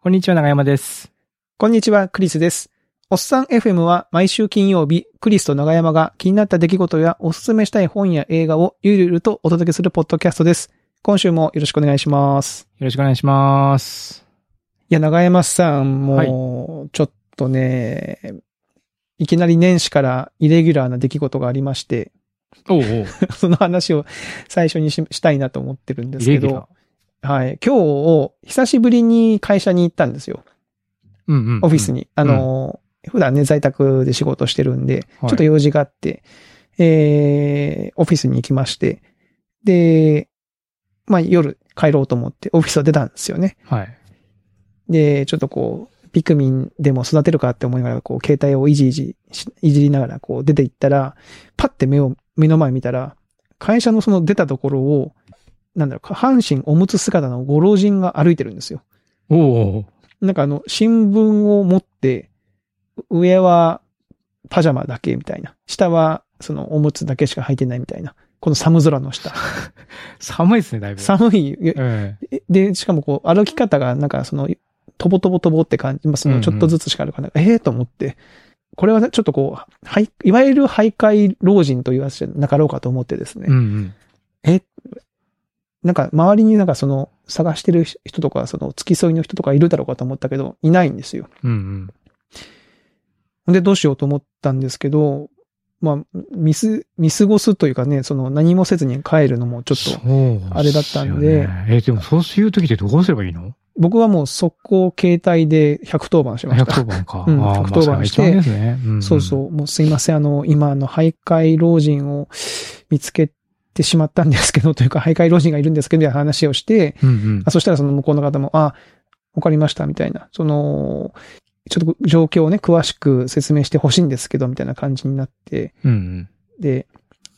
こんにちは、長山です。こんにちは、クリスです。おっさん FM は毎週金曜日、クリスと長山が気になった出来事やおすすめしたい本や映画をゆるゆるとお届けするポッドキャストです。今週もよろしくお願いします。よろしくお願いします。いや、長山さん、もう、ちょっとね、い、きなり年始からイレギュラーな出来事がありまして、 おうお う、その話を最初にししたいなと思ってるんですけイレギュラど、はい、今日、久しぶりに会社に行ったんですよ。うんうんうんオフィス。に、あの、普段ね、在宅で仕事してるんで、はいちょっと用事があって、えー、オフィスに行きまして、で、まあ夜帰ろうと思ってオフィスを出たんですよね。はい。で、ちょっとこう、ピクミンでも育てるかって思いながら、こう、携帯をいじいじし、いじりながら、こう、出て行ったら、パッて目を、目の前見たら、会社のその出たところを、なんだろう、半身おむつ姿のご老人が歩いてるんですよ。おうおう、なんかあの、新聞を持って、上はパジャマだけみたいな。下はそのおむつだけしか履いてないみたいな。この寒空の下。寒いですね、だいぶ。寒い。えええで、しかもこう歩き方がなんかその、とぼとぼとぼって感じ。まあ、そうんうのんちょっとずつしか歩かない。ええと思って。これはちょっとこう、はい、いわゆる徘徊老人というやつじゃなかろうかと思ってですね。うんうん。なんか周りになんかその探してる人とか、その付き添いの人とかいるだろうかと思ったけど、いないんですよ。うんうん。で、どうしようと思ったんですけど、まあ、見す、見過ごすというかね、その何もせずに帰るのもちょっと、とあれだったんでえ、でもそういう時ってどうすればいいの僕はもう速攻携帯で110番しました。 ?110 番か。うんああ110番してまあそれが一番ですね。んんそうそう、もうすいません、あの、今、あの、徘徊老人を見つけてしまったんですけど、というか、徘徊老人がいるんですけど、みたいな話をして、うんうんあ。そしたらその向こうの方も、あ、わかりました、みたいな。その、ちょっと状況をね、詳しく説明してほしいんですけど、みたいな感じになって、うんで、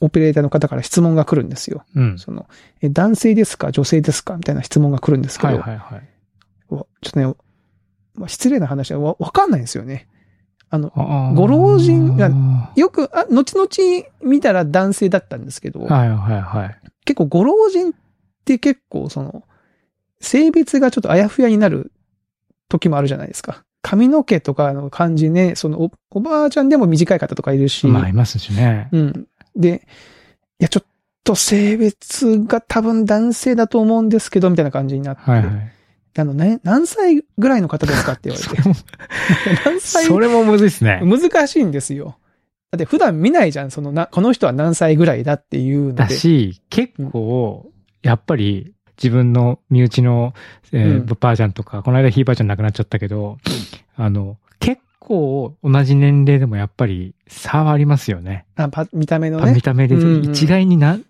オペレーターの方から質問が来るんですよ。うん。うん。その、え、男性ですか女性ですかみたいな質問が来るんですけど、はいはいはい。わちょっとね、まあ、失礼な話はわわかんないんですよね。あの、ああご老人がはよく、あ、後々見たら男性だったんですけど、いはいはい。結構ご老人って結構その、性別がちょっとあやふやになる時もあるじゃないですか。髪の毛とかの感じね、そのお、おばあちゃんでも短い方とかいるし、まあ、いますしね。うん。で、いや、ちょっと性別が多分男性だと思うんですけど、みたいな感じになって、はいはい。あの、ね、何歳ぐらいの方ですかって言 わそれれも、て。何歳それもむずいっすね。難しいんですよ。だって普段見ないじゃん、そのな、この人は何歳ぐらいだっていうのだで。し、結構、やっぱり、自分の身内の、えーうんばあちゃんとか、この間ひいばあちゃん亡くなっちゃったけど、あの、結構同じ年齢でもやっぱり差はありますよね。あパ見た目の見ね、た目でうんうん一概に何、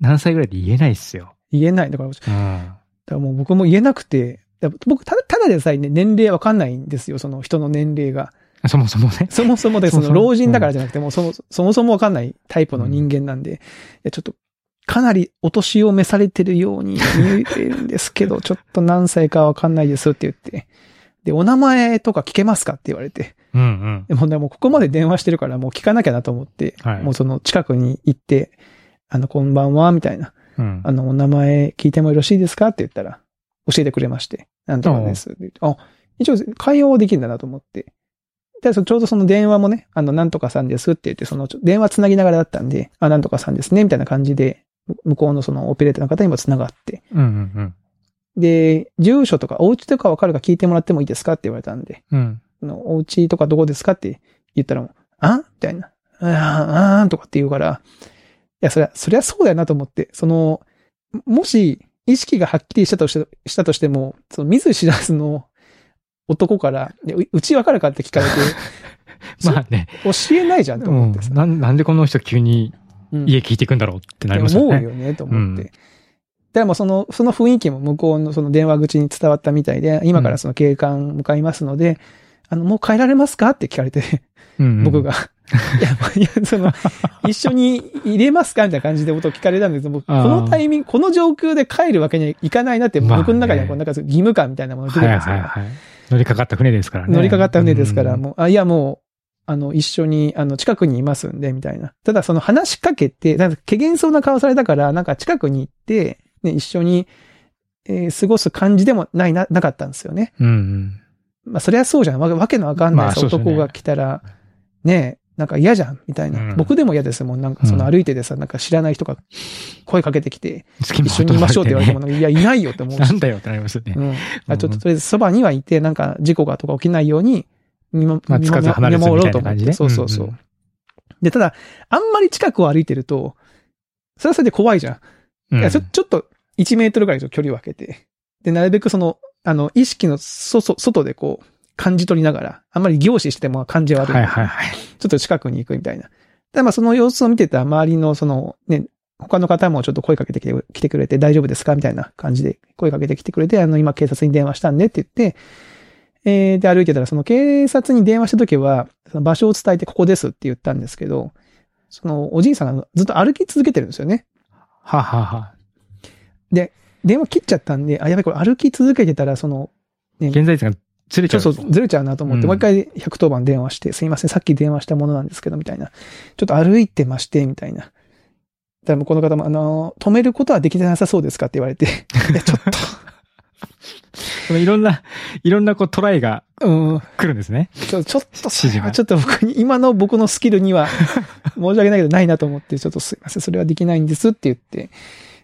何歳ぐらいで言えないっすよ。言えない。だから、だかうん。らもう僕も言えなくて、だから僕ただ、ただでさえね、年齢わかんないんですよ、その人の年齢が。そもそもね。そもそもで、そそもそのも老人だからじゃなくて、もうそもそもそもわかんないタイプの人間なんで、いやちょっと、かなりお年を召されてるように見えてるんです けど、ちょっと何歳かわかんないですって言って、で、お名前とか聞けますかって言われて、うんうん。でもね、もうここまで電話してるからもう聞かなきゃなと思って、はいもうその近くに行って、あの、こんばんは、みたいな、うんあの、お名前聞いてもよろしいですかって言ったら、教えてくれまして、なんとかですって言って。あ、一応会話はできるんだなと思って。で、そちょうどその電話もね、あの、なんとかさんですって言って、その、ちょ電話つなぎながらだったんで、あ、なんとかさんですね、みたいな感じで、む向こうのそのオペレーターの方にもつながって、うんうんで、住所とかお家とかわかるか聞いてもらってもいいですかって言われたんで、うん。うん。あの、お家とかどこですかって言ったらもう、あみたいな。あーあーとかって言うから、いや、そりゃ、そりゃそうだよなと思って、その、もし、意識がはっきりしたとして、したとしても、その見ず知らずの男から、ねううちわかるかって聞かれ そうまあね、て、教えないじゃんとう思っんてさ。なん、なんでこの人急にうん家聞いてくんだろうってなりますよ思ね。うよね、と思って。うんでもその、その雰囲気も向こうのその電話口に伝わったみたいで、今からその警官向かいますので、あの、もう帰られますかって聞かれて、うんうん僕。 が。いや、まあいや、その、一緒に入れますかみたいな感じでことを聞かれたんですけど、僕こあーのタイミング、この状況で帰るわけにはいかないなって、まあね僕の中ではこう、なんかそう義務感みたいなものが出はているんはいですよ。はい。乗りかかった船ですからね。乗りかかった船ですから、うんもう、あ、いや、もう、あの、一緒に、あの、近くにいますんで、みたいな。ただ、その話しかけて、なんか、けげんそうな顔されたから、なんか近くに行って、ね、一緒に、えー過ごす感じでもないな、なかったんですよね。うんまあ、そりゃそうじゃん。わわけのわかんまなあいさ、そうですね男が来たら、ねえ、なんか嫌じゃん、みたいな。うん僕でも嫌ですもん。なんかそのうん歩いててさ、なんか知らない人が声かけてきて、うん。好き一緒にいましょうって言われても、いや、い ないよって思うなしん。だよってなりますよね。うん。うあんちょっととりあえずそばにはいて、なんか事故がとか起きないように見ま、まあつかず離れず見守ろみうたといな思感っじて。ねそうそうそう。うんうで、ただ、あんまり近くを歩いてると、それはそれで怖いじゃん。うんいやちょちょっと1メートルぐらいの距離を分けて、で、なるべくその、あの、意識のそそ外でこう、感じ取りながら、あんまり凝視しても感じ悪い。はいはいはい。ちょっと近くに行くみたいな。で、まあその様子を見てた周りのそのね、他の方もちょっと声かけてきて来てくれて大丈夫ですかみたいな感じで声かけてきてくれて、あの今警察に電話したんでって言って、えー、で歩いてたらその警察に電話した時は、その場所を伝えてここですって言ったんですけど、そのおじいさんがずっと歩き続けてるんですよね。ははは。電話切っちゃったんで、あ、やべ、これ歩き続けてたら、その、現在地がずれちちゃょう。っとずれちゃうなと思って、うんもう一回110番電話して、すいません、さっき電話したものなんですけど、みたいな。ちょっと歩いてまして、みたいな。だから向こうの方も、あのー、止めることはできてなさそうですかって言われて、いや、ちょっそのいろんな、いろんなこうトライがと、うん、来るんですね。ちょちょっと、指示がちょっと僕に、今の僕のスキル には、申し訳ないけど、ないなと思って、ちょっとすいません、それはできないんですって言って、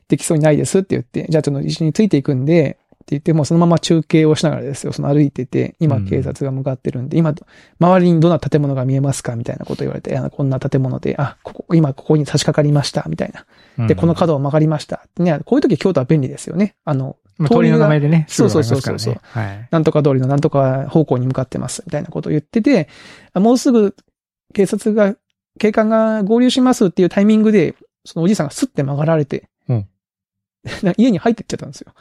できそうにないですって言って、じゃあちょっと一緒についていくんで、って言って、もうそのまま中継をしながらですよ、その歩いてて、今うん警察が向かってるんで、今、周りにどんな建物が見えますかみたいなこと言われて、あのこんな建物で、あ、ここ、今ここに差し掛かりました、みたいな。で、うんこの、角を曲がりました。ね、こういう時京都は便利ですよね。あの、まあ通通りりがの名前でね、すぐ分かりそうまそうすかそうらそうね。はい。なんとか通りのなんとか方向に向かってます、みたいなことを言ってて、あもうすぐ警察が、警官が合流しますっていうタイミングで、そのおじいさんがスッて曲がられて、うんな家に入ってっちゃったんですよ。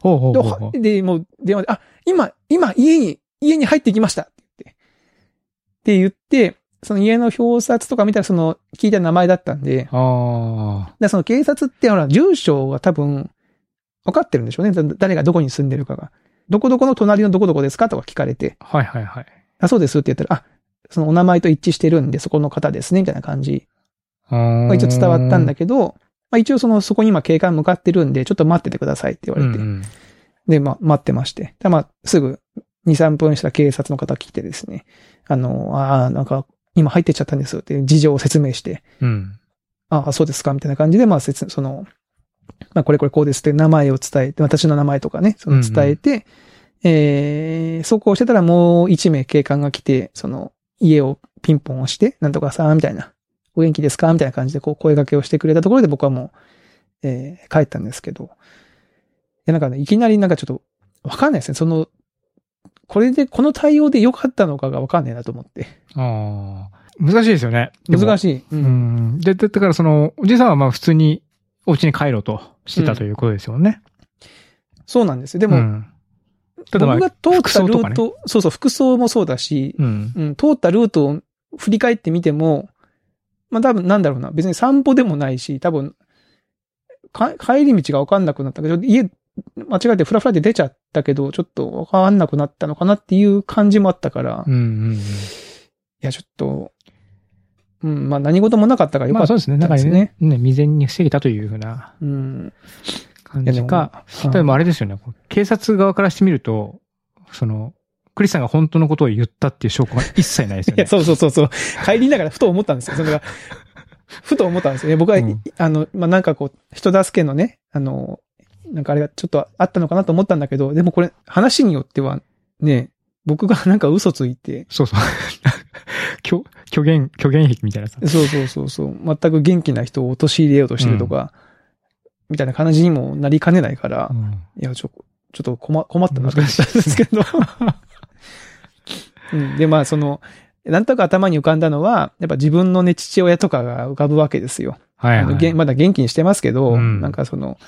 ほうほうでほうほう。でもう電話で、あ、今、今家に、家に入ってきましたって言って。って言って、その家の表札とか見たらその聞いた名前だったんで、ああ。でその警察ってほら、住所が多分、分かってるんでしょうね。だ誰がどこに住んでるかが。どこどこの隣のどこどこですかとか聞かれて、はいはいはい。あ、そうですって言ったら、あ、そのお名前と一致してるんで、そこの方ですね、みたいな感じ。ままあ、一応伝わったんだけけど、まあ、一応その、そこに今警官向かってるんで、ちょっと待っててくださいって言われて。で、まあ、待ってまして。でまあ、すぐ、2、3分したら警察の方来てですね、あの、ああ、なんか、今入ってっちゃったんですって事情を説明して、うん。ああ、そうですか、みたいな感じで、まあ、説、その、まあ、これこれこうですって名前を伝えて、私の名前とかね、その伝えて、えー、そうこうしてたらもう一名警官が来て、その、家をピンポン押して、なんとかさん、みたいな、お元気ですかみたいな感じで、こう、声掛けをしてくれたところで僕はもう、えー、帰ったんですけど、いや、なんかね、いきなりなんかちょっと、わかんないですね。その、これで、この対応で良かったのかがわかんないなと思って。ああ。難しいですよね。難ししい。うい。う。ん。で、だだからその、おじいさんはまあ普通にお家に帰ろうとしてうんたということですよね。そうなんですよ。ででも、ただまあ僕が通っ服た装ルとかーねト、そうそう、服装もそうだし、うん。うん、通ったルートを振り返ってみても、まあ多分なんだろうな、別に散歩でもないし、多分、か帰り道がわかんなくなったけど、家、間違えてフラフラで出ちゃったけど、ちょっとわかんなくなったのかなっていう感じもあったから、ういんうんや、ちょっと、うん、まあ何事もなかったからうん。よまかあった。そうですね。よか中ったですにねね、ね未然に防げたというふうなうん。感いやでじもか。はいでもあれですよね。警察側からしてみると、その、クリスさんが本当のことを言ったっていう証拠が一切ないですよ いや、ね。そうそうそうそう。帰りながらふと思ったんですよ。それが。ふと思ったんですよ。いや僕は、いうんあの、まあ、なんかこう、人助けのね、あの、なんかあれがちょっとあったのかなと思ったんだけど、でもこれ、話によっては、ね、僕がなんか嘘ついて、そう そう。虚虚言、虚言癖みたいなさ。そうそうそうそう、全く元気な人を陥れようとしてるとか、みたいな感じにもなりかねないから、うんいや、ちょ、ちょっと困困ったなと思難っしいたでんですすけねど。うん、で、まあ、その、なんとか頭に浮かんだのは、やっぱ自分のね、父親とかが浮かぶわけですよ。はい、あはのげいん。まだ元気にしてますけど、うんなんかその、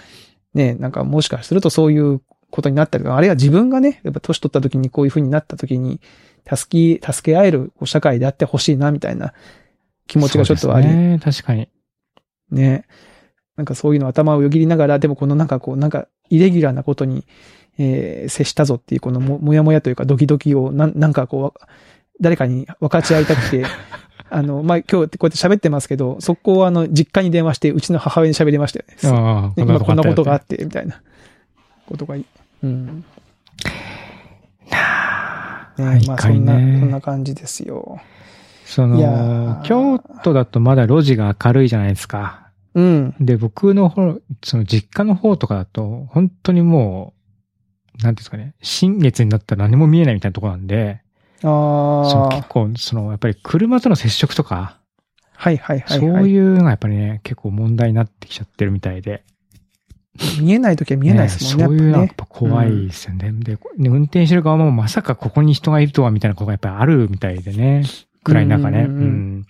ね、なんかもしかするとそういうことになったりとか、あるいは自分がね、やっぱ年取った時にこういう風になった時に、助け、助け合えるこう社会であってほしいな、みたいな気持ちがちょっとあり、そうですね。確かに。ね。なんかそういうの頭をよぎりながら、でもこのなんかこう、なんかイレギュラーなことに、えー接したぞっていう このも、もやもやというかドキドキを、なんなんかこう、誰かに分かち合いたくて、あの、まあ、今日こうやって喋ってますけど、速攻はあの、実家に電話して、うちの母親に喋りましたよね。ああ、ね今こんなことがああっって、みたいなことがいい。うん。たなあね毎まあそ回んな、そんねな。感じですよ。そいやのー、京都だとまだ路地が明るいじゃないですか。うん。で、僕の方、その実家の方とかだと、本当にもう、なんていうんですかね、新月になったら何も見えないみたいなとこなんで、そのあ結あ。構、その、やっぱり車との接触とか、はいはいはい、そはうい。いうのがやっぱりね、結構問題になってきちゃってるみたいで。見えないときは見えないですもんね。そういうのはややっっぱねぱ怖いですよね。で、ね運転してる側もまさかここに人がいるとはみたいなことがやっぱりあるみたいでね。暗い中ね。ううんんうんうん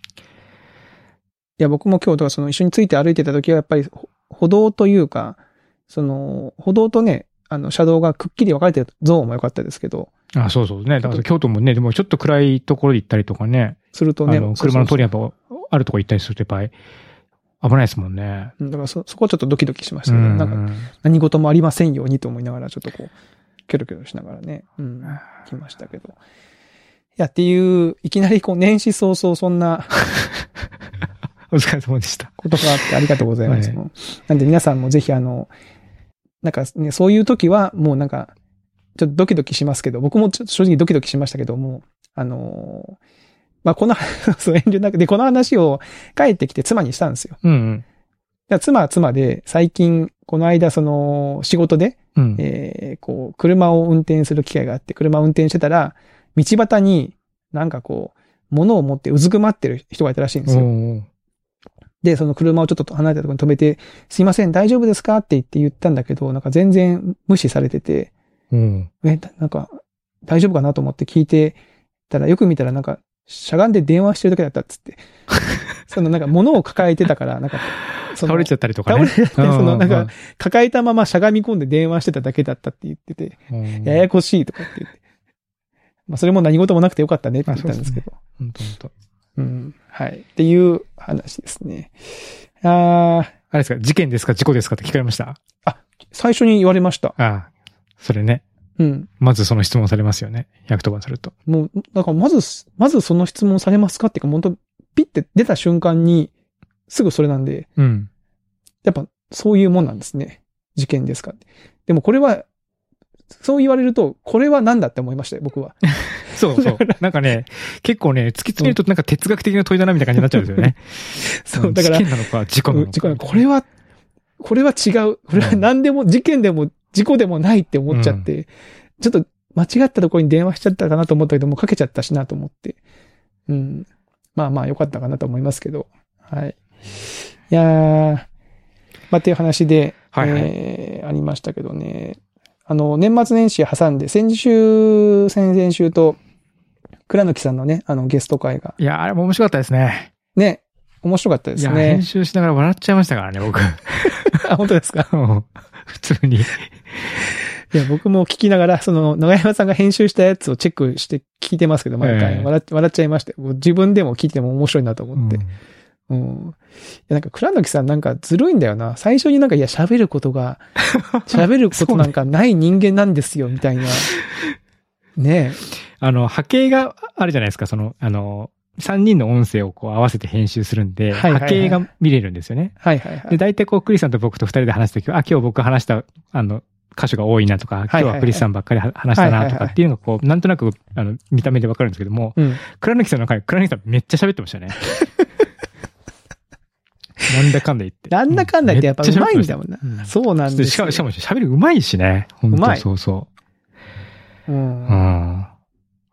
いや、僕も今日とかその一緒について歩いてた時はやっぱりほ歩道というか、その、歩道とね、あの、車道がくっきり分かれてるゾーンも良かったですけど、あ、そうそうね。だから京都もね、でもちょっと暗いところで行ったりとかね。するあとね、の、そうそう車の通りやっぱあるとこ行ったりするとやっぱり危ないですもんね。うんだからそ、そこはちょっとドキドキしまうしたけど、んなんか、何事もありませんようにと思いながら、ちょっとこう、キョロキョロしながらね、うん、来ましたけど。いや、っていう、いきなりこう、年始早々そんなお疲れ様でした。ことがあってありがとうございます。はいもうなんで皆さんもぜひあの、なんかね、そういう時はもうなんか、ちょっとドキドキしますけど、僕もちょっと正直ドキドキしましたけども、あのーまあ、この、 そう遠慮なく、で、この話を帰ってきて妻にしたんですよ。うんだから妻は妻で、最近、この間、その、仕事で、うん。うん。えーこう、車を運転する機会があって、車を運転してたら、道端になんかこう、物を持ってうずくまってる人がいたらしいんですよ。おーで、その車をちょっと離れたところに止めて、すいません、大丈夫ですかって言って言ったんだけど、なんか全然無視されてて、うん。え、だなんか、大丈夫かなと思って聞いてたら、よく見たらなんか、しゃがんで電話してるだけだったっつって。 そのなんか物を抱えてたから、なんか、その倒れちゃったりとかね。倒れちゃってうんそのなんか、抱えたまましゃがみ込んで電話してただけだったって言ってて、うんうんややこしいとかって言って。まあ、それも何事もなくてよかったねって言ったんですけど。ほんとほんとうん。はい。っていう話ですね。あーあれですか、事件ですか、事故ですかって聞かれました最初に言われました。ああ、それね。うん。まずその質問されますよね。110番すると。もう、なんかまず、まずその質問されますかっていうか、本当ピッて出た瞬間に、すぐそれなんで、うん。やっぱそういうもんなんですね。事件ですかって。でもこれは、そう言われると、これは何だって思いましたよ、僕は。そうそう。なんかね、結構ね、突き詰めるとなんか哲学的な問いだなみたいな感じになっちゃうんですよね。 そう、だから事、件なのか、事故なのうんか。事故なのこれは、これは違う。これは何でも、事件でも事故でもないって思っちゃって、ちょっと間違ったところに電話しちゃったかなと思ったけど、もうかけちゃったしなと思って。うん。まあまあ良かったかなと思いますけど。はい。いやー、まあ、っていう話で、はいはいえーありましたけどね。あの、年末年始挟んで、先週、先々週と、倉貫さんのね、あの、ゲスト会が、いや、あれも面白かったですね。ね、面白かったでいすや、ね編。集しながら笑っちゃいましたからね、僕。 あ本当ですかうん普通に。いや、僕も聞きながら、その、長山さんが編集したやつをチェックして聞いてますけど、毎え回え笑っ,、笑っちゃいましたよ。もう自分でも聞いても面白いなと思って。うんうん。いや、なんか、倉貫さんなんかずるいんだよな。最初になんか、いや、喋るこ とが、喋ることなんかない人間なんですよ、みたいな。ねあの、波形があるじゃないですか、その、あの、3人の音声をこう合わせて編集するんで、はいはいはい波形が見れるんですよね。はいはいはで、い。大体こう、クリスさんと僕と二人で話すときは、あ、今日僕話した、あの、箇所が多いなとか、今いはい日はいはクリスさんばっかりは話したはいはないはといかっていうのがこう、なんとなく、あの、見た目でわかるんですけども、うん。倉貫さんの回、倉貫さんめっちゃ喋ってま したね。なんだかんだ言って。なんだかんだ言ってやっぱ上手いんだももんな。んねそうなんですよしかも、しかも喋り上手いしね。本うま当いそうそうう。うん。いん。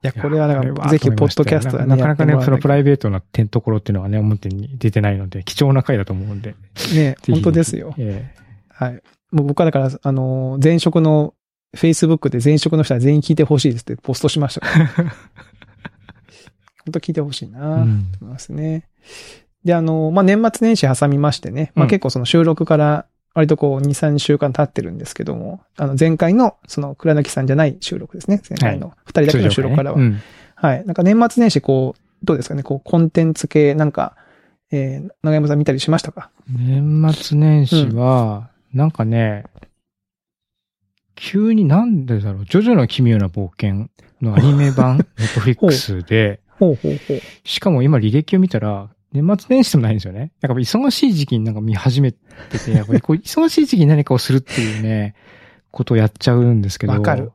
や、これはだから、ぜひ、ポッドキャストだだなかなかね、そのプラライベートな点ところっていうのはね、表に出てないので、貴重な回だと思うんで。ね、ひ本当ですよ。ええはい。もう僕はだから、あのー、前職の、Facebook で前職の人は全員聞いてほしいですってポストしま したから。本当聞いてほしいな、うとん思いますね。で、あのー、まあ、年末年始挟みましてね、まうあ、ん結構その収録から、割とこう、2、3週間経ってるんですけども、あの、前回の、その、倉貫さんじゃない収録ですね。前回の、2人だけの収録からはう。んはい。なんか年末年始、こう、どうですかね、こう、コンテンツ系、なんか、えー、長山さん見たりしましたか年末年始は、なんかね、 急になんでだろう、ジョジョの奇妙な冒険のアニメ版、ネットフリックスで、おほうほうほう。しかも今履歴を見たら、年末年始でもないんですよね。なんか忙しい時期になんか見始めてて、 やっぱりこう忙しい時期に何かをするっていうね、ことをやっちゃうんですけど。わかる。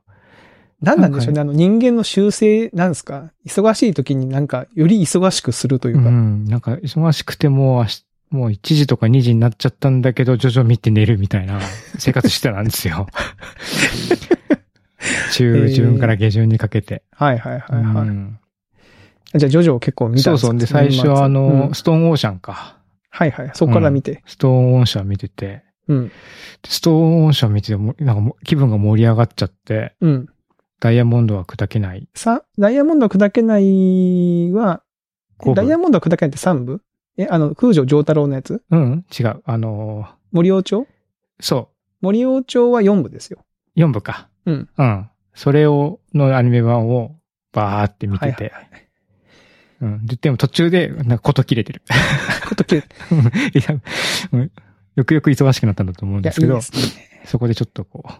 なんなんでしょうね。あの人間の習性なんですか忙しい時になんかより忙しくするといううか。ん。なんか忙しくてもう明日、もう1時とか2時になっちゃったんだけど、徐々に見て寝るみたいな生活してたんです よ。中旬から下旬にかけて。はいはいはいはい。うんじゃあジョジョを結構見たんそうですかそう。で、最初はあの、うんストーンオーシャンか。はいはい。そこから見て。ストーンオーシャン見てて、うん。でストーンオーシャン見てても、なんかもう気分が盛り上がっちゃって、うん。ダイヤモンドは砕けない。さ、ダイヤモンドは砕けないは、五部ダイヤモンドは砕けないって3部え、あの、空城城太郎のやつうん違う。あの森王朝ーそ森王朝は4部ですよ。う。4部か。うん。うん。それを、のアニメ版を、バーって見てて。はいはいうん。で、でも途中で、なんかこと切れてる。はい。 こと切れて いや、うんよくよく忙しくなったんだと思うんいでやいすけいど、ですね。そこでちょっとこう、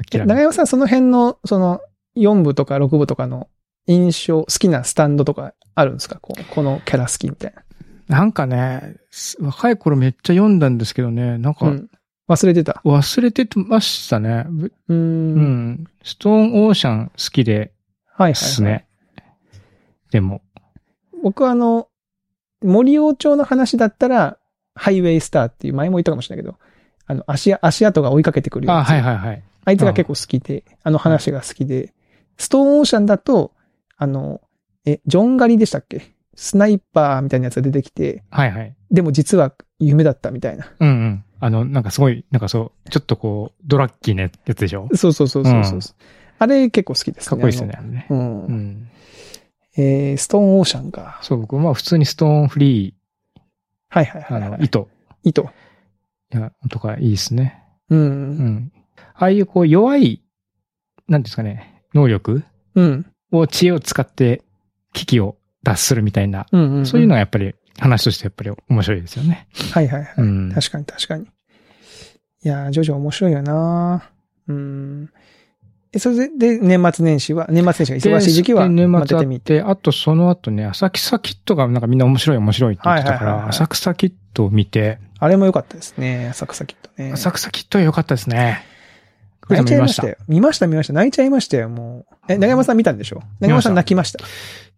え諦長め山さん、その辺の、その、4部とか6部とかの印象、好きなスタンドとかあるんですかこうこのキャラ好きみたいな。なんかね、す若い頃めっちゃ読んだんですけどね、なんうかん。忘れてた。忘れてましたね。ぶうー。うんはいん。ストーンオーシャン好きではい、はい。すね。でも、僕はあの、森王朝の話だったら、ハイウェイスターっていう、前も言ったかもしれないけど、あの、足、足跡が追いかけてくるやつあ、はいはいはい。あいつが結構好きで、あの話が好きで、ストーンオーシャンだと、あの、え、ジョン狩りでしたっけスナイパーみたいなやつが出てきて、はいはい。でも実は夢だったみたいな。うんうん。あの、なんかすごい、なんかそう、ちょっとこう、ドラッキーなやつでしょそうそうそうそうそう、うんあれ結構好きですね。かっこいいですよね。あのねあの。う。うんん。えーストーンオーシャンか。そう、僕は普通にストーンフリはいはいー、はあい、はの、い。糸糸。いやとかいいですね。う。うんん。ああいうこう弱い、なんていうんですかね、能力うん。を知恵を使って危機を脱するみたいな、うん。うん。そういうのは。がやっぱり話としてやっぱり面白いですよね。はいはいはい。うん。確かに確かに。いやー、ジョジョ面白いよなうん。え、それで、で年末年始は、年末年始が忙しい時期では、年まあ末出あてっみて。て、あとその後ね、浅草キッドがなんかみんな面白い面白いって言ってたはかいはいはいはら、い浅草キッドを見て、あれも良かったですね。浅草キッドね。浅草キッドは良かったですね。泣いちゃいました見よ。見ました見ました。泣いちゃいましたよ、もう。え、長山さん見たんでしょ長山さん泣きました。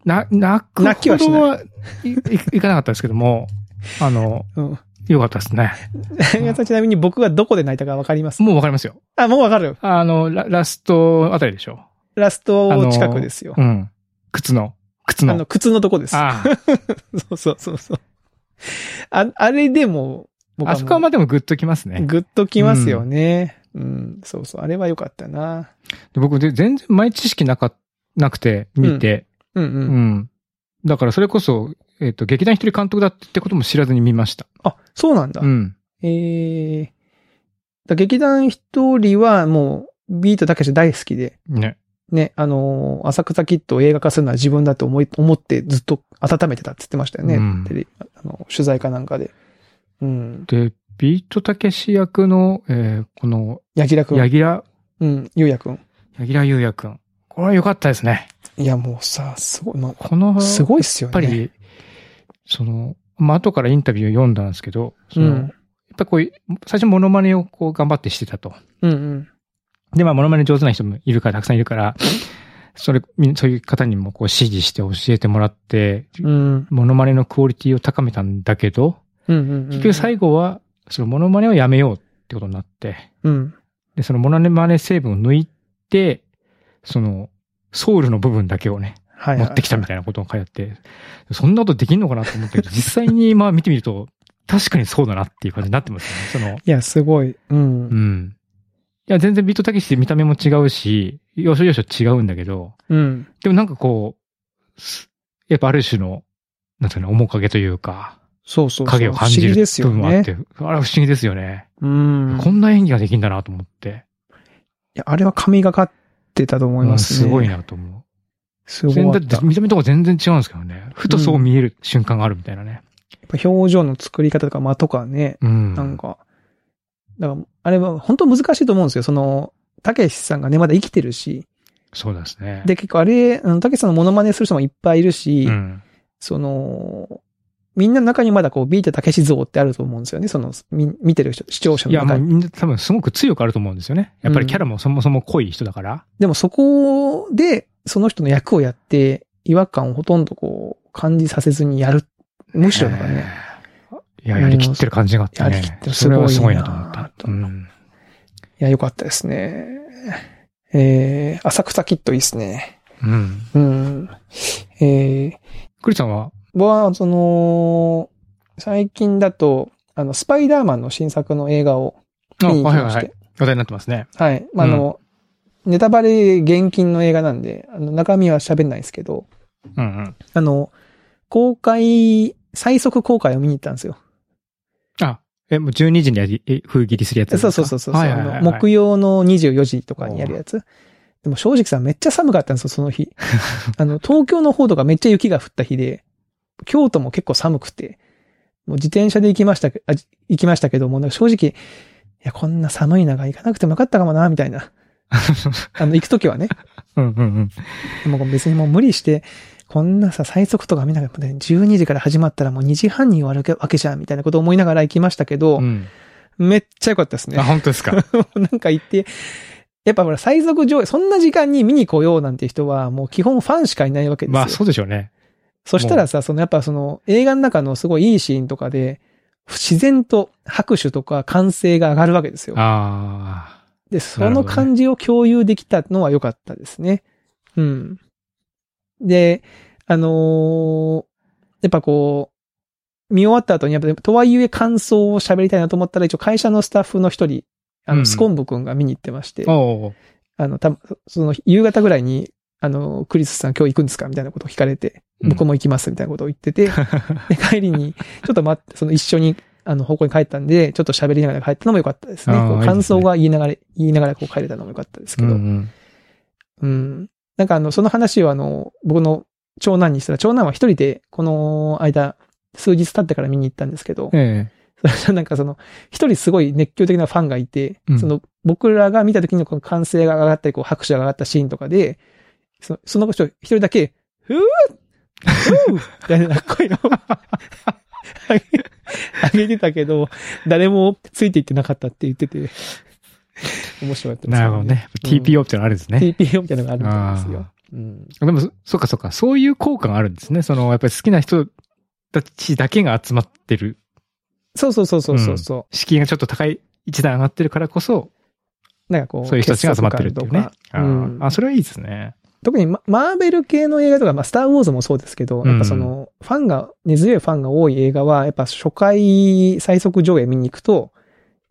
な、泣く泣きはほしどないはい、いいかなかったですけども、 あの、 うん。良かったですね。長山さんちなみに僕がどこで泣いたかわかります。もうわかりますよ。あ、もうわかる。あの、ララストあたりでしょラスあトの近くですよ。うん。靴の。靴あの。の、靴のとこです。あそうそうそうそう。あ、あれでも、あ。僕あそこはまあでもグッときますね。ぐっときますよね。うん、そうそう。あれは良かったな。で僕で全然前知識なか、なくて、見て、うんうん、うん。だからそれこそ、えっ、と、劇団一人監督だってことも知らずに見ました。あ、そうなんだ。うん。えー、だ劇団一人はもう、ビートたけし大好きで、ね。ね、あのー浅草キッドを映画化するのは自分だと思い、思ってずっと温めてたって言ってましたよね。うんテレビあの、取材かなんかで。うん。で、ビートたけし役の、えーこの、ヤギラくん。ヤギラ、うん。ゆうやくん。ヤギラゆうやくん。これは良かったですね。いや、もうさ、すごい、まこの、あ、すやごいっすよっね。ぱり、その、まあ、後からインタビューを読んだんですけど、その、うやっん。ぱりこういう、最初モノマネをこう頑張ってしてたと。うんうん。で、まあ、モノマネ上手な人もいるから、たくさんいるから、それ、みそういう方にもこう指示して教えてもらって、うん。モノマネのクオリティを高めたんだけど、うんうん。結局最後は、そのモノマネをやめようってことになって、うん。で、そのモノマネ成分を抜いて、その、ソウルの部分だけをね、はいはい、持ってきたみたいなことを書いてあって、そんなことできんのかなと思ったけど、実際に まあ見てみると、確かにそうだなっていう感じになってますよね。その、いや、すごい。うんう。ん。いや、全然ビートたけしって見た目も違うし、要所要所違うんだけど、うん。でもなんかこう、すやっぱある種の、なんていうの、面影というか、そうそうそう。影を感じる不思議です部よ分もあっね。て、あれは不思議ですよね。うん。こんな演技ができるんだなと思って、いやあれは神がかってたと思いまうんすね。すごい。なと思すう。ごい。だやっってぱ見た目とか全然違うんですけどね。ふとそう見える瞬間があるみたいなね。表情の作り方とか間とかね、うん。なんか、だから、あれは本当難しいと思うんですよ。その、たけしさんがね、まだ生きてるし、そうですね。で、結構あれ、あのたけしさんのモノマネする人もいっぱいいるし、うん。その、みんなの中にまだこう、ビートたけし像ってあると思うんですよね。その、み見てる人、視聴者いのや、も中うに。みんな多分すごく強くあると思うんですよね。やっぱりキャラもそもそも濃い人だから。でもそこで、その人の役をやって、違和感をほとんどこう、感じさせずにやる。むしろだからね。えー。いや、やりきってる感じがあってね。やりきってるそれはすすごごいいななと思った。うん。いや、よかったですね。えー、浅草キットいいですね。うん。うん。えー、クリさんは僕は、その、最近だと、あの、スパイダーマンの新作の映画をあ、見に行はいきはまいしはてい。。話題になってますね。はい。まあ、あの、ネタバレ厳禁の映画なんで、あの中身は喋んないですけど、うんうん。あの、公開、最速公開を見に行ったんですよ。あ、え、もう12時にやり、え、封切りするやつですそかうそうそうそう、はいはいはい、あの木曜の24時とかにやるやつ。でも正直さ、めっちゃ寒かったんですよ、そ の日。あの、東京の方とかめっちゃ雪が降った日で、京都も結構寒くて、もう自転車で行きましたけ、あじ行きましたけども、なんか正直、いや、こんな寒い中行かなくてもよかったかもな、みた いな。あの、行くときはね。うんうんうん。でも別にもう無理して、こんなさ、最速とか見ながら、ね、12時から始まったらもう2時半に終わるわけじゃん、みたいなことを思いながら行きましたけうど、んめっちゃ良かったですねあ、。本当ですか。 なんか行って、やっぱほら、最速上映、そんな時間に見に来ようなんて人は、もう基本ファンしかいないわけですよ。まあ、そうでしょうね。そしたらさ、そのやっぱその映画の中のすごいいいシーンとかで、自然と拍手とか歓声が上がるわけですよ。あで、その感じを共有できたのは良かったですね。うん。で、あのーやっぱこう、見終わった後に、やっぱ、とはいえ感想を喋りたいなと思ったら、一応会社のスタッフの一人、あうの、んスコンブ君が見に行ってまして、あ。おうあの、たその、夕方ぐらいに、あの、クリスさん今日行くんですかみたいなことを聞かれて、うん僕も行きます、みたいなことを 言ってて、で帰りに、ちょっと待って、その一緒に、あの、方向に帰ったんで、ちょっと喋りながら帰ったのも良かったですね。あーこいいうですね感想が言いながら、言いながらこう帰れたのも良かったですけうんど、ううん、ん。なんかあの、その話をあの、僕の長男にしたら、長男は一人で、この間、数日経ってから見に行ったんですけど、え なんかその、一人すごい熱狂的なファンがいて、うんその、僕らが見た時のこの歓声が上がったり、こう拍手が上がったシーンとかで、その、その人、一人だけ、ふぅふぅみたいな声を 上げてたけど、誰もついていってなかったって言ってて、面白かっえたです、なるほど。ね。うん TPO ってのあるんですね。 TPO みたいなのがあるみたいですよ。うん。でも、そそっかそっか、そういう効果があるんですね。その、やっぱり好きな人たちだけが集まってる、そうそうそうそうそうそう。敷居がちょっと高い、一段上がってるからこそ、なんかこう、そういう人たちが集まってるっていうね結。束あ感とかーあ、それはいいですね。特にママーベル系の映画とか、まあ、スター・ウォーズもそうですけど、やっぱその、ファンが、根強いファンが多い映画は、やっぱ初回最速上映見に行くと、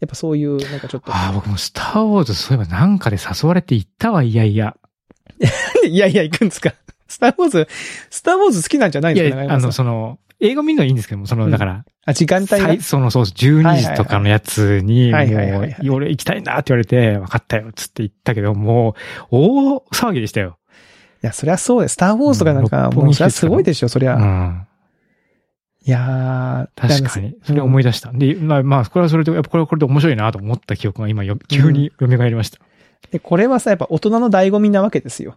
やっぱそういう、なんかちょっと、ああ、僕もスターウォーズ、そういえばなんかで誘われて行ったわ、いやいや。いやいや、行くんですか。 スター・ウォーズ、スター・ウォーズ好きなんじゃないんいでやすか、あ中の、山さんその、英語見るのはいいんですけども、その、うんだから、あ、時間帯が最。その、そうそう、12時とかのやつに、も、はいはいはいはいう俺行きたいなって言われて、分かったよ、つって行ったけど、もう、大騒ぎでしたよ。いや、そりゃそうです。スター・ウォーズとかなんうか、んもう、そりゃすごいでしょ、そりうゃ。ん。いやー、確かに。それを思い出した。で、まあ、まあ、これはそれで、やっぱこれはこれで面白いなと思った記憶が今よ、急に蘇りました。で、これはさ、やっぱ大人の醍醐味なわけですよ。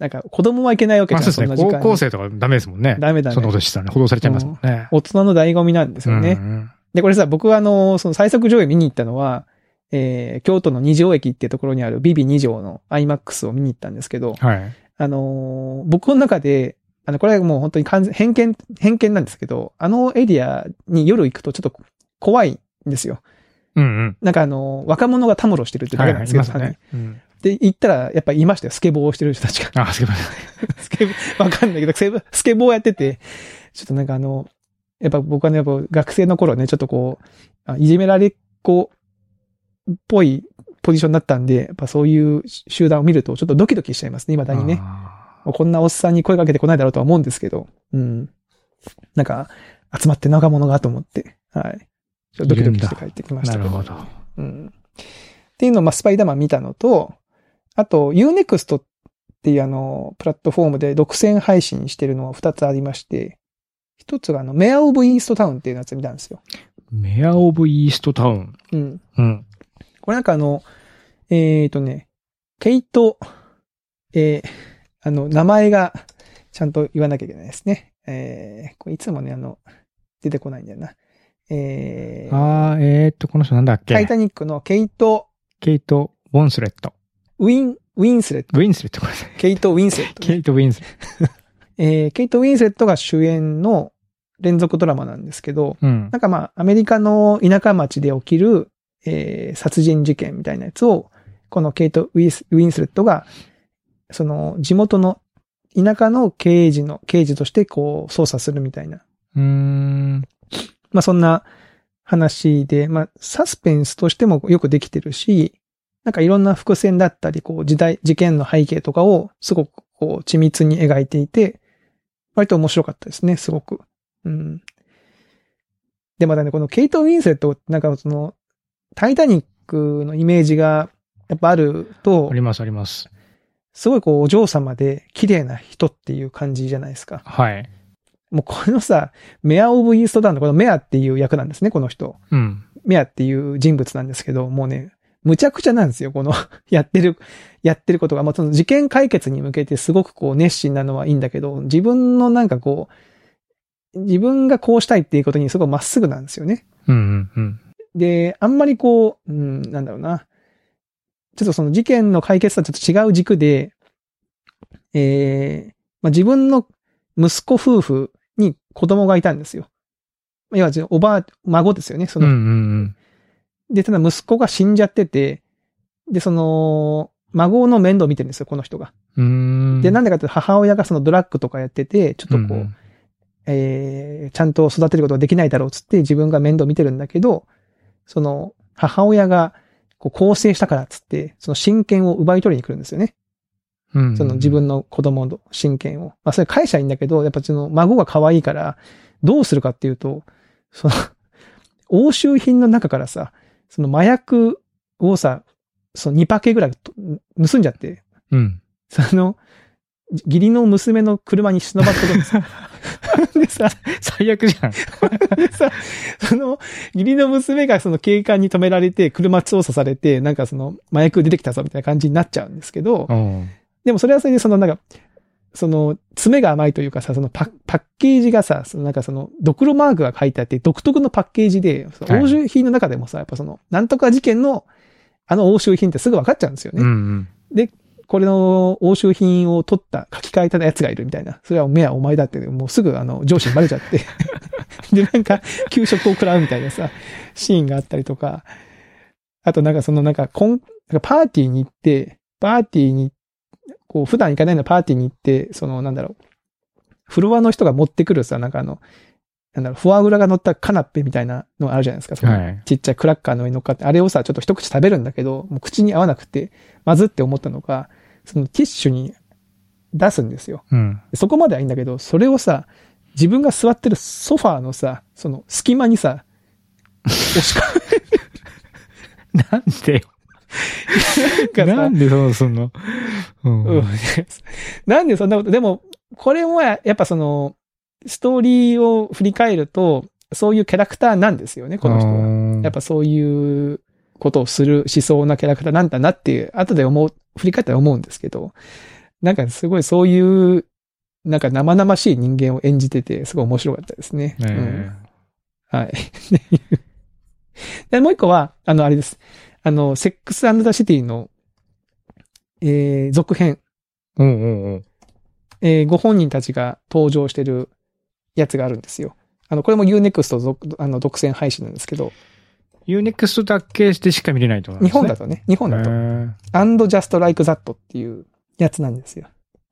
なんか、子供はいけないわけまあ、じゃん、そうですんなね。時間高に校生とかダメですもんね。ダメだそんなねこ。としてたらね、補導されちゃいますもんね。大人の醍醐味なんですよね。うんうんで、これさ、僕はあの、その最速上映見に行ったのは、えー、京都の二条駅ってところにあるビビ二条の IMAX を見に行ったんですけど、はい。あのー僕の中で、あの、これはもう本当に完全、偏見、偏見なんですけど、あのエリアに夜行くとちょっと怖いんですよ。うんうん。なんかあのー若者がたむろしてるってだはけいなんはい、ですいけど、ますね。うん。で、行ったら、やっぱいましたよ。スケボーをしてる人たちが。あ、すいません。スケボー、わかんないけど、スケボースケボーやってて、ちょっとなんかあの、やっぱ僕はね、やっぱ学生の頃ね、ちょっとこう、あいじめられっ子っぽいポジションだったんで、やっぱそういう集団を見ると、ちょっとドキドキしちゃいますね、未だにね。あこんなおっさんに声かけてこないだろうとは思うんですけど、うん。なんか、集まって仲間がと思って、はい。ちょっとドキドキして帰ってきまー。したなけるほど。うん。っていうのを、まあ、スパイダーマン見たのと、あと、Unext っていうあの、プラットフォームで独占配信してるのは2つありまして、一つがあの、メアオブイーストタウンっていうやつ見たんですよ。メアオブイーストタウン。うん。うん。これなんかあの、えっ、ー、とね、ケイト、えーあの、名前がちゃんと言わなきゃいけないですね。えーこれいつもね、あの、出てこないんだよな。えーあー、えーっと、この人なんだっけタイタニックのケイト・ケイト・ウォンスレット。ウィン、ウィンスレット。ウィンスレット、ご めんなさい。ケイト・ウィンスレットね、ケイト・ウィンスレッ ト。えーケイト・ウィンスレットが主演の連続ドラマなんですけど、うんな。んかまあ、アメリカの田舎町で起きる、えー殺人事件みたいなやつを、このケイト・ウィスウィンスレットが、その、地元の、田舎の刑事の、刑事としてこう、捜査するみたいな。うーん。まあ、そんな話で、まあ、サスペンスとしてもよくできてるし、なんかいろんな伏線だったり、こう、時代、事件の背景とかを、すごくこう、緻密に描いていて、割と面白かったですね、すごく。うん。で、またね、このケイト・ウィンセット、なんかその、タイタニックのイメージが、やっぱあるとあ、ります、あります。すごいこう、お嬢様で、綺麗な人っていう感じじゃないですか。はい。もうこのさ、メア・オブ・イーストダウンのこのメアっていう役なんですね、この人。うん。メアっていう人物なんですけど、もうね、むちゃくちゃなんですよ、この、 やってる、やってることが。まあ、その事件解決に向けてすごくこう熱心なのはいいんだけど、自分のなんかこう、自分がこうしたいっていうことにすごいまっすぐなんですよね。うん、うん、うん。で、あんまりこう、うん、なんだろうな。ちょっとその事件の解決とはちょっと違う軸で、えーまあ、自分の息子夫婦に子供がいたんですよ。要は、おばあ、孫ですよね。そうん、うのん、で、ただ息子が死んじゃってて、で、その、孫の面倒を見てるんですよ、この人が。うん。うーん。で、なんんでかっていうと母親がそのドラッグとかやってて、ちょっとこう、んえーちゃんと育てることができないだろうっつって自分が面倒見てるんだけど、その、母親が、こう、更生したからっつって、その親権を奪い取りに来るんですよね。うんうんその自分の子供の親権を。まあ、それ返しゃいいんだけど、やっぱその孫が可愛いから、どうするかっていうと、その、 押収品の中からさ、その麻薬をさ、その2パケぐらいと盗んじゃって、うん。 その、義理の娘の車に忍ばってくるんです よ。でさ、最悪じ ゃん。でさ、その、義理の娘がその警官に止められて、車操作されて、なんかその、麻薬出てきたぞみたいな感じになっちゃうんですけど、おうでもそれはそれでそのなんか、その、爪が甘いというかさ、そのパパッケージがさ、そのなんかその、ドクロマークが書いてあって、独特のパッケージで、そのはい押収品の中でもさ、やっぱその、なんとか事件の、あの押収品ってすぐ分かっちゃうんですよね。うん、うん。これの押収品を取った、書き換えたやつがいるみたいな。それは目はお前だって、もうすぐあの、上司にバレちゃって。 で、なんか、給食を食らうみたいなさ、シーンがあったりとか。あとなんかそのなんか、こん、なんかパーティーに行って、パーティーに、こう、普段行かないようなパーティーに行って、そのなんだろう、フロアの人が持ってくるさ、なんかあの、なんだろう、フォアグラが乗ったカナッペみたいなのあるじゃないですか。そのはい。ちっちゃいクラッカーの上に乗っかって、あれをさ、ちょっと一口食べるんだけど、もう口に合わなくて、まずって思ったのか、そのティッシュに出すんですよ。 うん。そこまではいいんだけど、それをさ、自分が座ってるソファーのさ、その隙間 にさ、押し込なんでむからなさん、でその、その、うん。うんなんでそんなこと、でも、これもややっぱその、ストーリーを振り返ると、そういうキャラクターなんですよね、この人は。はやっぱそういうことをする、しそうなキャラクターなんだなっていう、後で思う、振り返ったら思うんですけど、なんかすごいそういう、なんか生々しい人間を演じてて、すごい面白かったですね。ねうんはい。 でもう一個は、あの、あれです。あの、セックスザシティの、えー、続編、え。うんうんうん。えーご本人たちが登場してるやつがあるんですよ。あの、これも Unext 続あの独占配信なんですけど、 UNEXT だけしてしか見れないと日本だと。とね、日本だとへ。ー and just like that っていうやつなんですよ。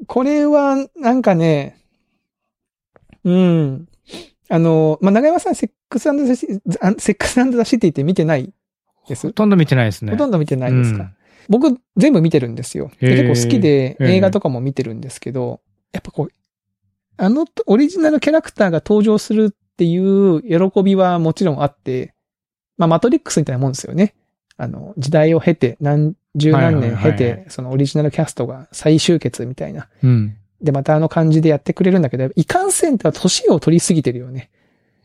これは、なんかね、うん。あの、まあ、長山さん、セックスザシティあセックスザシティって見てないです、ほとんど見てないですね。ほとんど見てないですか、うん僕、全部見てるんですよ。でへー結構好きで、へー映画とかも見てるんですけど、やっぱこう、あの、オリジナルキャラクターが登場するっていう喜びはもちろんあって、まあ、マトリックスみたいなもんですよね。あの、時代を経て、何十何年経はいはいはいて、そのオリジナルキャストが再集結みたいな。うん。で、またあの感じでやってくれるんだけど、いかんせんって年を取りすぎてるよね。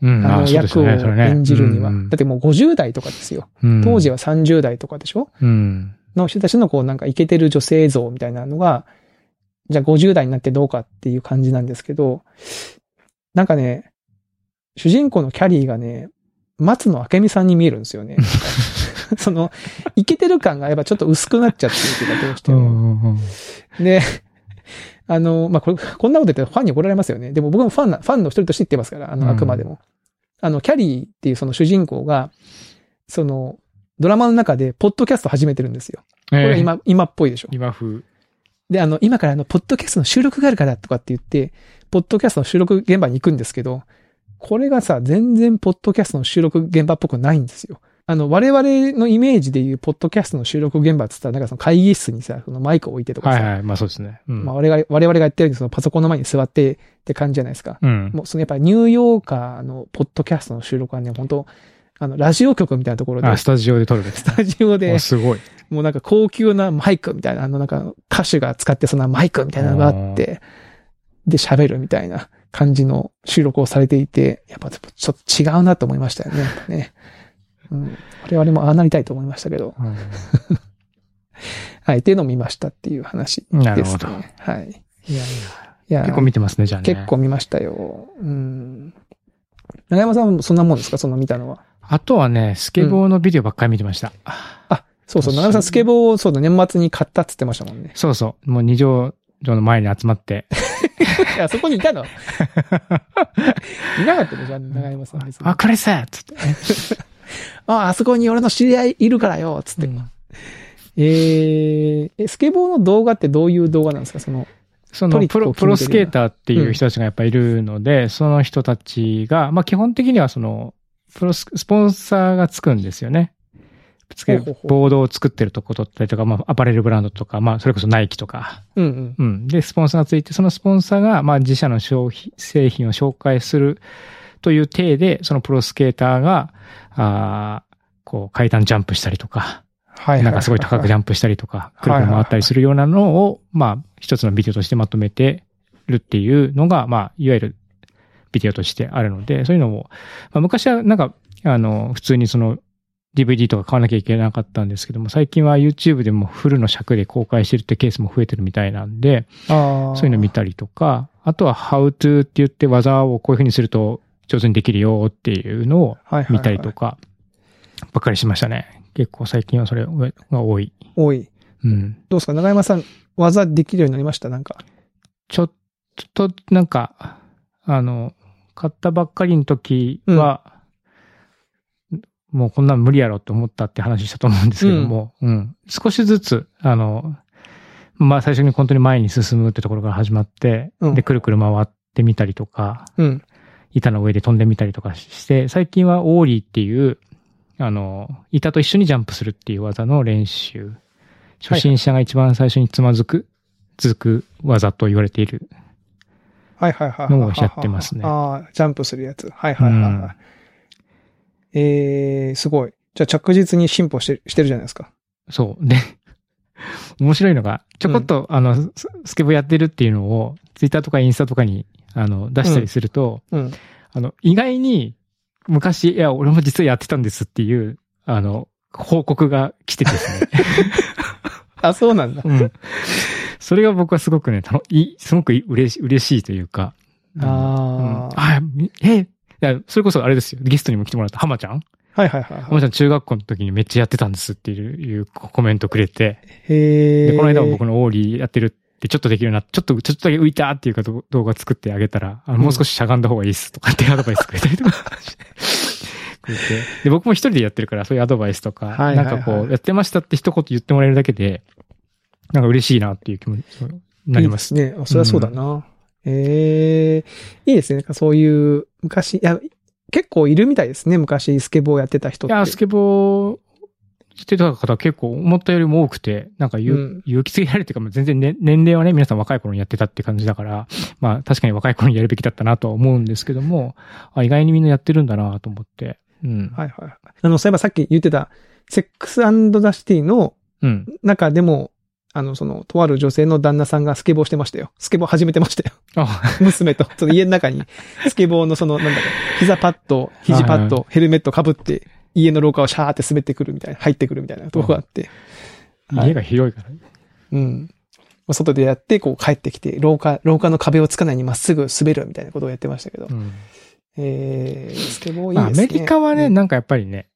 うん。あのそうです役をねそれね演じるには。うんうんだってもう50代とかですよ。当時は30代とかでしょうん。の人たちのこうなんかイケてる女性像みたいなのが、じゃあ50代になってどうかっていう感じなんですけど、なんかね、主人公のキャリーがね、松野明美さんに見えるんです よね。その、イケてる感がやっぱちょっと薄くなっちゃってるけど、どうしてうんも。うんうんで、あの、まあ、これ、こんなこと言ってファンに怒られますよね。でも僕もファンな、ファンの一人として言ってますから、あうんの、あくまでも。あの、キャリーっていうその主人公が、その、ドラマの中で、ポッドキャスト始めてるんですよ。これが今、今っぽいでしょ。今風。で、あの、今からあの、ポッドキャストの収録があるからとかって言って、ポッドキャストの収録現場に行くんですけど、これがさ、全然ポッドキャストの収録現場っぽくないんですよ。あの、我々のイメージでいう、ポッドキャストの収録現場って言ったら、なんかその会議室にさ、そのマイクを置いてとかさ、はいはい。まあそうですね。うん。まあ我々が我々がやってるようにそのパソコンの前に座ってって感じじゃないですか。うん。もうそのやっぱニューヨーカーのポッドキャストの収録はね、本当あの、ラジオ局みたいなところで、あ、ススタジオで撮るんです。タジオでお、すごい。もうなんか高級なマイクみたいな、あのなんか歌手が使ってそんなマイクみたいなのがあって、で喋るみたいな感じの収録をされていて、やっぱちょっと違うなと思いましたよね。やっぱね。うん。我々もああなりたいと思いましたけど。はい。っていうのを見ましたっていう話です、ね。なるほどはいい。やいいやや結構見てますね、じゃあね。結。構見ましたよ。うん。長山さんもそんなもんですかそんな見たのは。あとはね、スケボーのビデオばっかり見てました。あ、そうそ確かう。に。長山さんスケボーをそうだ、年末に買ったっつってましたもんねそうそう。もう二条城の前に集まって。いや、そこにいたのいなかったでしょ長山さん別に。あ、これさつって。あ、あそこに俺の知り合いいるからよ、つって。うんえー、え、スケボーの動画ってどういう動画なんですかその、そトリのップクをロ、決プロめてるようなスケーターっていう人たちがやっぱいるので、その人たちが、まあ基本的にはその、プロス、スポンサーがつくんですよね。つけほうほうほうボードを作ってるとこだったりとか、まあアパレルブランドとか、まあそれこそナイキとか、うんうん。うん。で、スポンサーがついて、そのスポンサーが、まあ、自社の商品、製品を紹介するという体で、そのプロスケーターが、ああ、こう、階段ジャンプしたりとか、はなんかすごい高くジャンプしたりとか、くるくる回ったりするようなのを、まあ、一つのビデオとしてまとめてるっていうのが、まあ、いわゆるビデオとしてあるので、そういうのを、まあ、昔はなんか、あの、普通にその、DVD とか買わなきゃいけなかったんですけども、最近は YouTube でもフルの尺で公開してるってケースも増えてるみたいなんで、ああ。そういうの見たりとか、あとは How to って言って技をこういう風にすると上手にできるよっていうのをはいはいはい見たりとか、ばっかりしましたね。結構最近はそれが多い。多い。うん。どうですか長山さん、技できるようになりましたなんか。ちょっと、なんか、あの、買ったばっかりの時は、もうこんなん無理やろって思ったって話したと思うんですけども、うん、少しずつ、あの、まあ最初に本当に前に進むってところから始まって、うんで、くるくる回ってみたりとか、うん。板の上で飛んでみたりとかして、最近はオーリーっていう、あの、板と一緒にジャンプするっていう技の練習。初心者が一番最初につまずく、続く技と言われている。はいはいはい。のをやってますねああ、ジャンプするやつ。はいはいはいはい。えー、すごい。じゃあ着実に進歩してしてるじゃないですか。そう。で、 面白いのが、ちょこっと、あの、ススケボーやってるっていうのを、ツイッターとかインスタとかに、あの、出したりすると、うん。あの、意外に、昔、いや、俺も実はやってたんですっていう、あの、報告が来てですね。あ、そうなんだ。うん。 それが僕はすごくね、たのいすごく嬉し嬉しいというか。ああ、あ。うんあ、みえ、いやそれこそあれですよ。ゲストにも来てもらった浜ちゃんはいはいはい浜はちゃん中学校の時にめっちゃやってたんですっていういうコメントくれて。い。へえ。で、この間も僕のオーリーやってるってちょっとできるようにな、ちょっと、ちょっとだけ浮いたっていうかど動画作ってあげたら、あのもう少ししゃがんだ方がいいっすとかってアドバイスくれた りとかして。くれてで、僕も一人でやってるから、そういうアドバイスとか、はいはいはいなんかこう、やってましたって一言言ってもらえるだけで、なんか嬉しいなっていう気持ちになります。いいですね。あそりゃそうだな。ええいいですね。なんかそういう、昔、いや、結構いるみたいですね。昔、スケボーやってた人っいて。や、スケボーしてた方結構思ったよりも多くて、なんかう勇,、ん勇気つけられていうか、まあ全然、ね、年齢はね、皆さん若い頃にやってたって感じだから、まあ確かに若い頃にやるべきだったなとは思うんですけども、あ意外にみんなやってるんだなと思って。うん。はいはい。あの、そういえばさっき言ってた、セックスザシティのうん。中でも、あの、その、とある女性の旦那さんがスケボーしてましたよ。スケボー始めてましたよ。 あ、娘と、その家の中に、スケボーのその、なんだろう、膝パッド、肘パッはド、ヘルメット被って、家の廊下をシャーって滑ってくるみたいな、入ってくるみたいなとこがあって。はい家が広いから。うん。外でやって、こう帰ってきて、廊下、廊下の壁をつかないようにまっすぐ滑るみたいなことをやってましたけど。うんえー、スケボーいまあいアですね。メリカはね、うんなんかやっぱりね、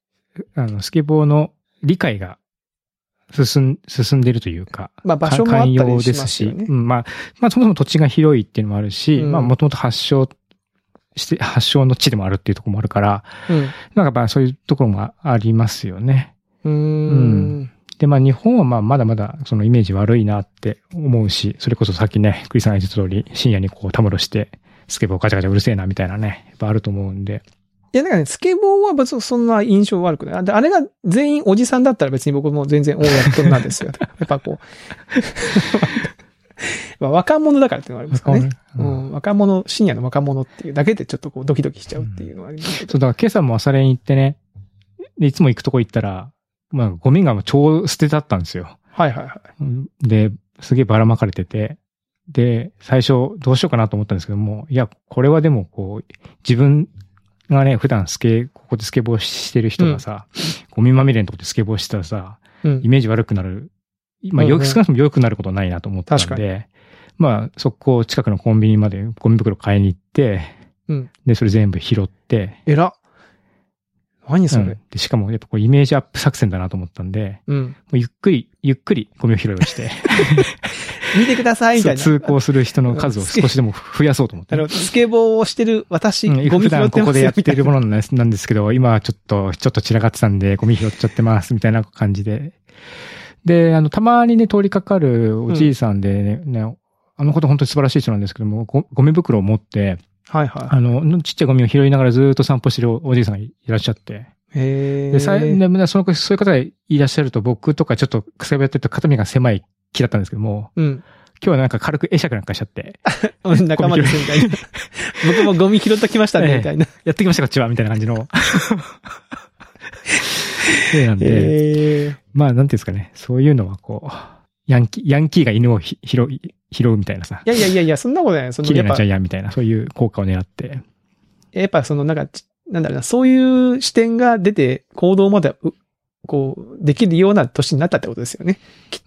あの、スケボーの理解が進ん、進んでるというか、まあ場所もあった寛りし容ますでよすね。し、うん、まあ、まあ、そもそも土地が広いっていうのもあるし、うんまあ、もともと発祥して、 発祥の地でもあるっていうところもあるから、うん。なんかまあ、そういうところもありますよね。うー。うんで、まあ、日本はまあ、まだまだ、そのイメージ悪いなって思うし、それこそさっきね、クリスさんが言った通り、深夜にこう、たむろして、スケボーガチャガチャうるせえな、みたいなね、やっぱあると思うんで、いや、だからね、スケボーは別にそんな印象悪くない。あであれが全員おじさんだったら別に僕も全然大やっとなん ですよ。やっぱこう。 まあ若者だからっていうのはありますかね。ううんん、若者、深夜の若者っていうだけでちょっとこうドキドキしちゃうっていうのはありますけど。そう、だから今朝も朝練行ってね、で、いつも行くとこ行ったら、まあ、ゴミがもう超捨てだったんですよ。はいはいはい。うんで、すげえばらまかれてて、で、最初どうしようかなと思ったんですけども、いや、これはでもこう、自分がね、普段スケ、ここでスケボーしてる人がさ、ゴミまみれのとこでスケボーしてたらさ、うんイ。メージ悪くなる、まうあ、んうよんく、少なくとも良くなることはないなと思ったん確かで、まあ、速攻近くのコンビニまでゴミ袋買いに行って、うんで、それ全部拾って、えら。何そうんれ。でしかも、やっぱこうイメージアップ作戦だなと思ったんで、うん。もうゆっくり、ゆっくりゴミを拾いをして、見てくださいみたいな。通行する人の数を少しでも増やそうと思ってな。るほどスケボーをしてる私、うんゴ普ミ拾ってますよ段ここでやってるもの。のなんですなんですけど、今はちょっと、ちょっと散らかってたんで、ゴミ拾っちゃってます、みたいな感じで。で、あの、たまにね、通りかかるおじいさんでね、ねあのこと本当に素晴らしい人なんですけども、ごゴミ袋を持って、はい はあの、ちっちゃいゴミを拾いながらずーっと散歩してるおおじいさんがいらっしゃって。い。へで、さいー。でまあその、そういう方がいらっしゃると、僕とかちょっとくせぶやってると肩身が狭い気だったんですけども、うん。今日はなんか軽く会釈なんかしちゃって、仲間ですみたいな。僕もゴミ拾ってきましたええね、みたいな。やってきましたこっちはみたいな感じ の。そうなんで、へえ。まあなんていうんですかね、そういうのはこう、ヤンキー、ヤンキーが犬をひ拾う、拾うみたいなさい、やいやいやいや、そんなことない。その綺や麗っなジぱャ、イアンみたいな、そういう効果を狙って。やっぱそのなんか、ちなんだろうな、そういう視点が出て行動まで、うこう、できるような年になったってことですよね。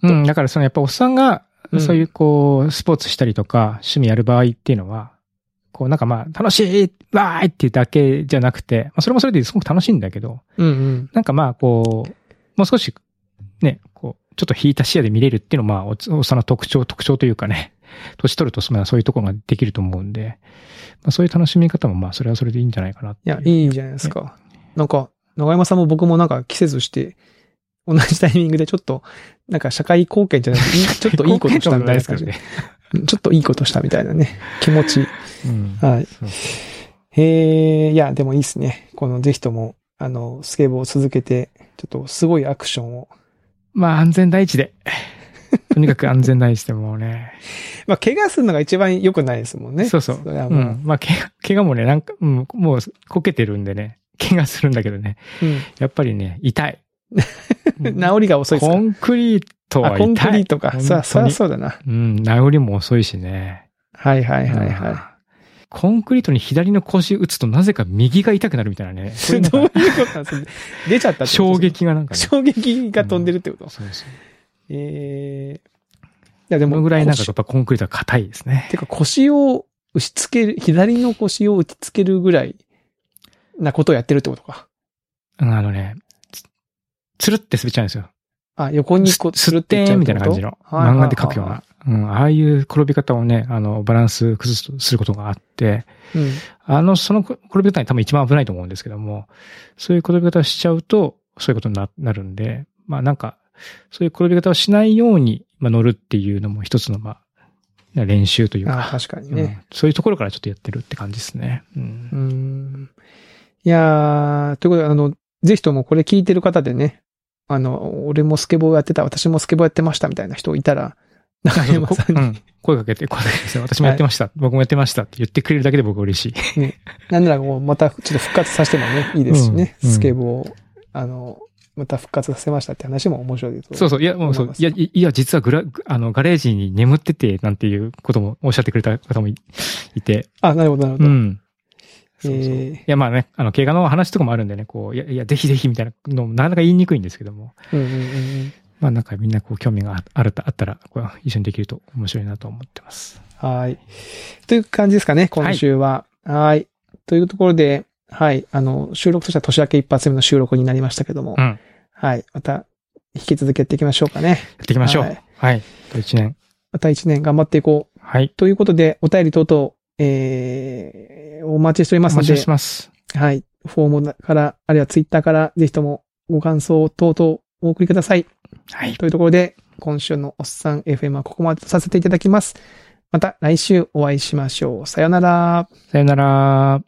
うん、だからそのやっぱおっさんが、うんそういうこう、スポーツしたりとか、趣味やる場合っていうのは、こうなんかまあ、楽しいわーいっていうだけじゃなくて、まあそれもそれですごく楽しいんだけど、うんうん。なんかまあ、こう、もう少し、ね、こう、ちょっと引いた視野で見れるっていうのは、まあ、おつおさの特徴、特徴というかね、 年取るとそのそういうところができると思うんで、まあ、そういう楽しみ方も、まあ、それはそれでいいんじゃないかなっていいやう。、いいじゃないですか。なんか、長山さんも僕もなんか季節して、同じタイミングでちょっと、なんか社会貢献じ ゃないいいちょっといいことしたみたいな感じで。ね。うんちょっといいことしたみたいなね、気持ち。うん。はい。そうへえ、いや、でもいいっすね。この、ぜひとも、あの、スケボーを続けて、ちょっとすごいアクションを。まあ、安全第一で。 とにかく安全第一でもうね。まあ、怪我するのが一番良くないですもんね。そうそう。れはうもう、ん。まあ、怪我怪我もね、なんか、うん、もう、こけてるんでね、怪我するんだけどね。うんやっぱりね、痛 い。うん治りが遅いですかコンクリートあ、は痛い。コンクリートか。本当にそりゃ、そりゃそうだな。うん、治りも遅いしね。はいはいはいはいうん。コンクリートに左の腰打つとなぜか右が痛くなるみたいなね。そういうなんか どういうこ となんですか出ちゃったってこと衝。撃がなんかね。衝撃が飛んでるってこと、そうそう。ええいや、でこも、のぐらいなんかや腰っぱコンクリートは硬いですね。てか腰を打ちつける、左の腰を打ちつけるぐらいなことをやってるってことか。うんあのね、つつるって滑っちゃうんですよ。あ、横にこう、すつるっっていてっちゃーうみってたいなこと感じの。はいはい漫画で描くような。うん、ああいう転び方をね、あの、バランス崩すとすることがあって、うん。あの、その転び方に多分一番危ないと思うんですけども、そういう転び方をしちゃうと、そういうことにななるんで、まあなんか、そういう転び方をしないように、まあ乗るっていうのも一つの、まあ、練習というあか、確かにうね。んそういうところからちょっとやってるって感じですね。うんうーん。いやー、ということで、あの、ぜひともこれ聞いてる方でね、あの、俺もスケボーやってた、私もスケボーやってましたみたいな人いたら、中山さんうに、ん声かけて、声かけてください、私もやってました、僕もやってましたって言ってくれるだけで僕は嬉しい。なんならもうまたちょっと復活させてもね、いいですしね、うんうんスケボー、あの、また復活させましたって話も面白いです。そうそう、いや、もうそう思いま、すいや、いいや、実はグラ、あの、ガレージに眠ってて、なんていうこともおっしゃってくれた方もいいて、あ、なるほど、なるほうど。ん。そうそうえいや、まあね、あの、怪我の話とかもあるんでね、こう、いや、いや、ぜひぜひみたいなのも、なかなか言いにくいんですけども。ーうんうんうんうんまあなんかみんなこう興味がああるあったら、こう一緒にできると面白いなと思ってます。はい。という感じですかね、今週は。はい。というところで、はい。あの、収録としては年明け一発目の収録になりましたけども、うん。やはい。また、引き続きやっていきましょうかね。っていきましょう。ははいい。と一年。また一年頑張っていこう。はい。ということで、お便り等々、えー、お待ちしておりおますの待でちし、てます。はい。フォームから、あるいはツイッターから、ぜひともご感想等々お送りください。はい。というところで、今週のおっさん FM はここまでとさせていただきます。また来週お会いしましょう。さよなら。さよなら。